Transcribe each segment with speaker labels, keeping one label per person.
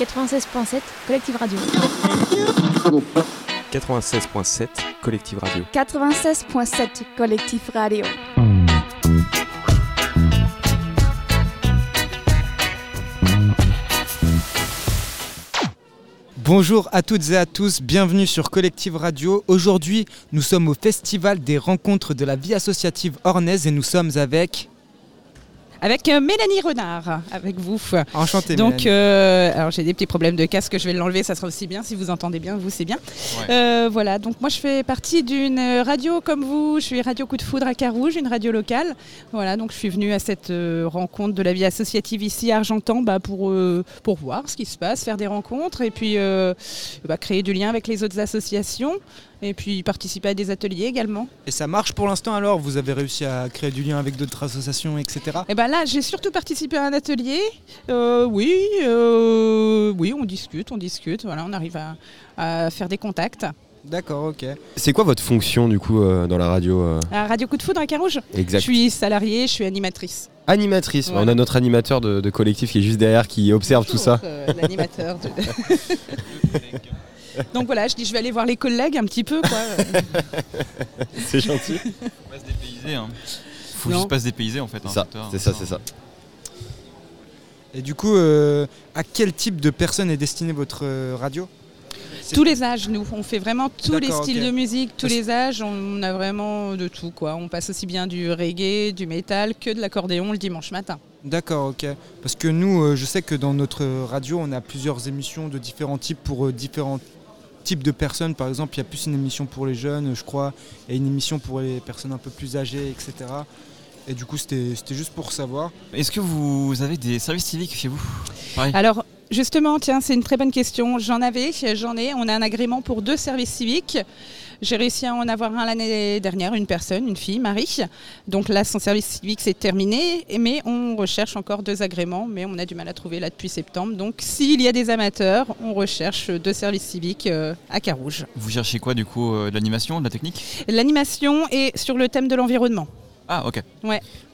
Speaker 1: 96.7, Collective Radio.
Speaker 2: 96.7 Collective Radio.
Speaker 3: 96.7 Collectif Radio.
Speaker 4: Bonjour à toutes et à tous, bienvenue sur Collective Radio. Aujourd'hui, nous sommes au Festival des rencontres de la vie associative ornaise et nous sommes avec...
Speaker 5: Avec euh, Mélanie Renard, avec vous.
Speaker 4: Enchanté,
Speaker 5: Donc, euh, alors j'ai des petits problèmes de casque, je vais l'enlever, ça sera aussi bien. Si vous entendez bien, vous, c'est bien. Euh, voilà, donc moi je fais partie d'une euh, radio comme vous, je suis Radio Coup de Foudre à Carouge, une radio locale. Voilà, donc je suis venue à cette euh, rencontre de la vie associative ici à Argentan bah, pour, euh, pour voir ce qui se passe, faire des rencontres et puis euh, bah, créer du lien avec les autres associations et puis participer à des ateliers également.
Speaker 4: Et ça marche pour l'instant alors Vous avez réussi à créer du lien avec d'autres associations, etc.
Speaker 5: Et ben là, j'ai surtout participé à un atelier. Euh, oui, euh, oui, on discute, on discute. Voilà, on arrive à, à faire des contacts.
Speaker 4: D'accord, ok.
Speaker 2: C'est quoi votre fonction du coup euh, dans la radio euh,
Speaker 5: À Radio Coup de Foudre à Carouge, je
Speaker 2: exact
Speaker 5: suis salariée, je suis animatrice.
Speaker 2: Animatrice.
Speaker 5: Ouais.
Speaker 2: On a notre animateur de, de collectif qui est juste derrière, qui observe tout ça.
Speaker 5: Toujours, euh, L'animateur. de- Donc voilà, je dis, je vais aller voir les collègues un petit peu. Quoi. Euh,
Speaker 2: C'est gentil.
Speaker 6: Faut pas se dépayser. Hein. Faut
Speaker 5: Non.
Speaker 6: juste pas se dépayser en fait.
Speaker 2: C'est
Speaker 6: hein,
Speaker 2: ça,
Speaker 6: putain.
Speaker 2: c'est ça, c'est ça.
Speaker 4: Et du coup, euh, à quel type de personnes est destinée votre euh, radio C'est-
Speaker 5: tous les âges, nous, on fait vraiment tous les
Speaker 4: D'accord,
Speaker 5: styles
Speaker 4: ok.
Speaker 5: de musique, tous
Speaker 4: Parce-
Speaker 5: les âges, on a vraiment de tout. Quoi. On passe aussi bien du reggae, du métal que de l'accordéon le dimanche matin.
Speaker 4: D'accord, ok. Parce que nous, euh, je sais que dans notre euh, radio, on a plusieurs émissions de différents types pour euh, différents types de personnes. Par exemple, il y a plus une émission pour les jeunes, euh, je crois, et une émission pour les personnes un peu plus âgées, etc. Et du coup, c'était c'était juste pour savoir.
Speaker 6: Est-ce que vous avez des services civiques chez vous
Speaker 5: Alors, justement, tiens, c'est une très bonne question. J'en avais, j'en ai. On a un agrément pour deux services civiques. J'ai réussi à en avoir un l'année dernière, une personne, une fille, Marie. Donc là, son service civique, c'est terminé. Et- Mais on recherche encore deux agréments, mais on a du mal à trouver là depuis septembre. Donc, s'il y a des amateurs, on recherche deux services civiques euh, à Carouge.
Speaker 6: Vous cherchez quoi du coup euh, De l'animation, de la technique
Speaker 5: L'animation est sur le thème de l'environnement.
Speaker 6: Ah ok.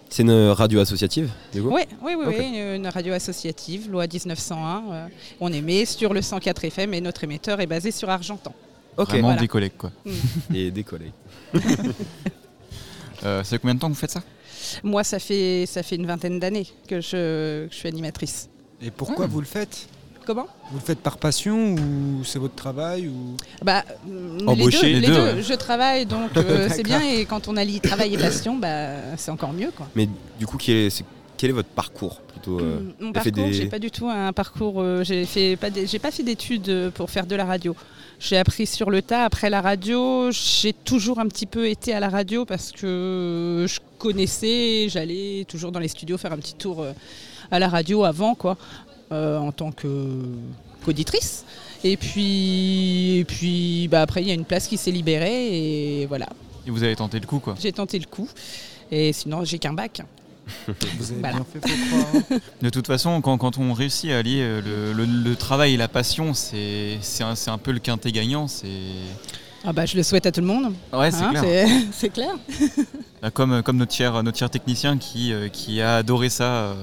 Speaker 2: C'est une euh, radio associative, du coup
Speaker 5: Oui, oui, oui,
Speaker 2: Ok.
Speaker 5: oui, une radio associative, loi 1901. euh, on émet sur le 104 FM et notre émetteur est basé sur Argentan.
Speaker 2: Ok.
Speaker 6: Vraiment
Speaker 5: Voilà.
Speaker 6: des collègues quoi.
Speaker 2: Et des collègues.
Speaker 6: Euh, ça fait combien de temps que vous faites ça
Speaker 5: Moi, ça fait, ça fait une vingtaine d'années que je, que je suis animatrice.
Speaker 4: Et pourquoi
Speaker 6: Hmm.
Speaker 4: vous le faites
Speaker 5: Comment
Speaker 4: Vous le faites par passion ou c'est votre travail ou...
Speaker 5: bah, euh,
Speaker 6: Embauché, les
Speaker 5: les deux. les
Speaker 6: deux,
Speaker 5: deux. Je travaille, donc euh, c'est bien. Et quand on allie travail et passion, bah, c'est encore mieux. Quoi.
Speaker 2: Mais du coup, quel est, c'est- quel est votre parcours plutôt euh,
Speaker 5: Mon
Speaker 2: t'as fait
Speaker 5: parcours,
Speaker 2: des-
Speaker 5: j'ai pas du tout un parcours. euh, j'ai fait pas, des- j'ai pas fait d'études euh, pour faire de la radio. J'ai appris sur le tas après la radio. J'ai toujours un petit peu été à la radio parce que euh, je connaissais. J'allais toujours dans les studios faire un petit tour euh, à la radio avant, quoi, euh, en tant que qu'auditrice. Et puis, et puis, bah après, il y a une place qui s'est libérée et voilà.
Speaker 6: Et vous avez tenté le coup quoi.
Speaker 5: J'ai tenté le coup. Et sinon, j'ai qu'un bac.
Speaker 4: Vous avez
Speaker 5: Voilà.
Speaker 4: bien fait, faut croire. hein.
Speaker 6: De toute façon, quand, quand on réussit à allier euh, le, le- le travail et la passion, c'est c'est un, c'est un peu le quintet gagnant. C'est
Speaker 5: Ah bah, je le souhaite à tout le monde.
Speaker 6: ouais, c'est
Speaker 5: hein,
Speaker 6: clair.
Speaker 5: c'est- c'est clair.
Speaker 6: Bah, Comme, comme notre cher, notre cher technicien qui, euh, qui a adoré ça, euh,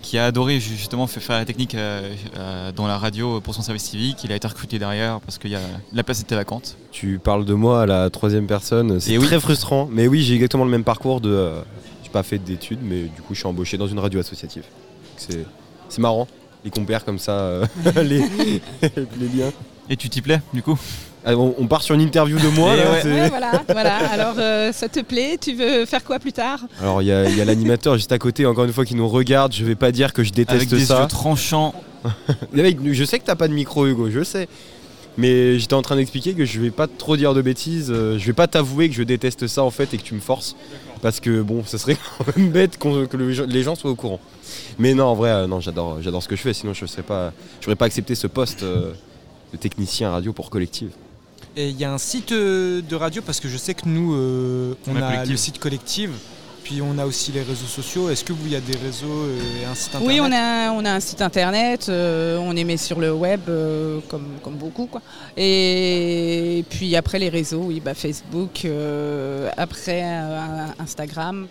Speaker 6: qui a adoré ju- justement fa- faire la technique euh, euh, dans la radio pour son service civique, il a été recruté derrière parce que y a, la place était vacante.
Speaker 2: Tu parles de moi à la troisième personne, c'est
Speaker 6: Et oui.
Speaker 2: très frustrant. Mais oui, j'ai exactement le même parcours de. euh, j'ai pas fait d'études, mais du coup, je suis embauché dans une radio associative. C'est c'est marrant, les compères comme ça, euh, les, les liens.
Speaker 6: Et tu t'y plais du coup
Speaker 2: Ah, on, on part sur une interview de moi.
Speaker 6: Et
Speaker 2: là,
Speaker 6: ouais.
Speaker 2: c'est-
Speaker 5: Ouais, voilà, voilà. Alors, euh, ça te plaît Tu veux faire quoi plus tard
Speaker 2: Alors, il y a, il y a l'animateur juste à côté, encore une fois, qui nous regarde. Je vais pas dire que je
Speaker 6: Avec
Speaker 2: déteste
Speaker 6: des
Speaker 2: ça.
Speaker 6: yeux tranchants.
Speaker 2: Les mecs, je sais que t'as pas de micro, Hugo, je sais. Mais j'étais en train d'expliquer que je vais pas trop dire de bêtises. euh, je vais pas t'avouer que je déteste ça en fait et que tu me forces. Parce que bon, ça serait quand même bête qu'on- que le- les gens soient au courant. Mais non, en vrai, euh, non, j'adore, j'adore ce que je fais. Sinon, je serais pas, j'aurais pas accepté ce poste euh, de technicien radio pour collective.
Speaker 4: Et il y a un site euh, de radio parce que je sais que nous, euh, on
Speaker 6: Ouais,
Speaker 4: a
Speaker 6: Collective.
Speaker 4: le site collectif, puis on a aussi les réseaux sociaux. Est-ce que vous, il y a des réseaux euh, et un site internet
Speaker 5: Oui, on a, on a un site internet, euh, on émet sur le web, euh, comme, comme beaucoup. Quoi. Et puis après, les réseaux, oui, bah, Facebook, euh, après euh, Instagram.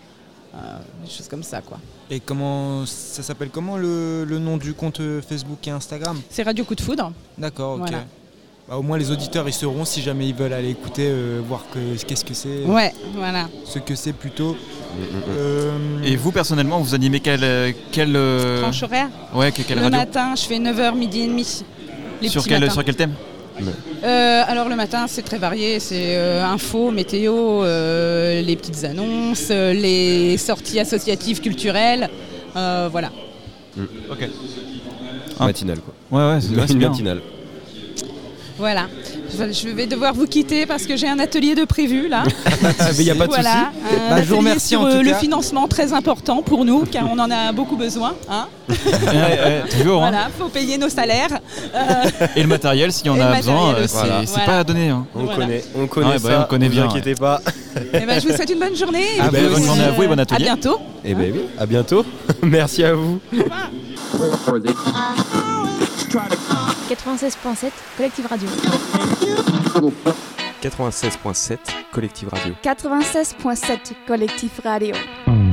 Speaker 5: euh, des choses comme ça quoi.
Speaker 4: Et comment ça s'appelle comment le, le nom du compte euh, Facebook et Instagram
Speaker 5: C'est Radio Coup de Foudre.
Speaker 4: D'accord, ok.
Speaker 5: Voilà.
Speaker 4: Bah, au moins les auditeurs ils sauront si jamais ils veulent aller écouter, euh, voir que- qu'est-ce que c'est,
Speaker 5: Ouais, voilà.
Speaker 4: ce que c'est plutôt. Euh,
Speaker 6: Et vous, personnellement, vous animez quelle. euh, quelle euh,
Speaker 5: Tranche horaire.
Speaker 6: ouais, que- quelle
Speaker 5: le
Speaker 6: radio
Speaker 5: matin, je fais 9h, midi et demi. Les
Speaker 6: sur
Speaker 5: petits
Speaker 6: quel,
Speaker 5: matins.
Speaker 6: sur quel thème
Speaker 5: Euh, alors le matin, c'est très varié. C'est euh, info, météo, euh, les petites annonces, euh, les sorties associatives culturelles. euh, voilà.
Speaker 6: Ok. Ah.
Speaker 2: Matinale quoi.
Speaker 6: Ouais, ouais, c'est hein. ouais, c'est
Speaker 2: Une
Speaker 6: bien.
Speaker 2: matinale.
Speaker 5: Voilà. Je je vais devoir vous quitter parce que j'ai un atelier de prévu là.
Speaker 2: Ah, mais y a pas de souci.
Speaker 5: voilà. Un
Speaker 4: Bah, je vous
Speaker 5: atelier
Speaker 4: remercie,
Speaker 5: sur
Speaker 4: en tout
Speaker 5: euh, le
Speaker 4: cas.
Speaker 5: financement très important pour nous car on en a beaucoup besoin. Hein
Speaker 6: Ouais, ouais, toujours, hein.
Speaker 5: voilà, faut payer nos salaires. Euh,
Speaker 6: Et le matériel, s'il y en
Speaker 5: Et le
Speaker 6: a besoin,
Speaker 5: matériel
Speaker 6: euh,
Speaker 5: aussi,
Speaker 6: c'est c'est
Speaker 5: voilà.
Speaker 6: pas à donner. hein.
Speaker 2: On
Speaker 5: Voilà.
Speaker 2: connaît, on connaît
Speaker 6: Ah, bah,
Speaker 2: ça.
Speaker 6: on connaît
Speaker 2: vous
Speaker 6: bien,
Speaker 2: inquiétez pas.
Speaker 5: Eh ben, je vous souhaite une bonne journée.
Speaker 6: Ah,
Speaker 5: puis,
Speaker 2: bah, bonne
Speaker 6: journée à vous et bon atelier.
Speaker 5: À bientôt.
Speaker 2: Eh ben oui, à bientôt. Merci à vous.
Speaker 1: 96.7 Collective Radio.
Speaker 7: 96.7 Collective Radio.
Speaker 3: 96.7 Collectif Radio.
Speaker 8: 嗯。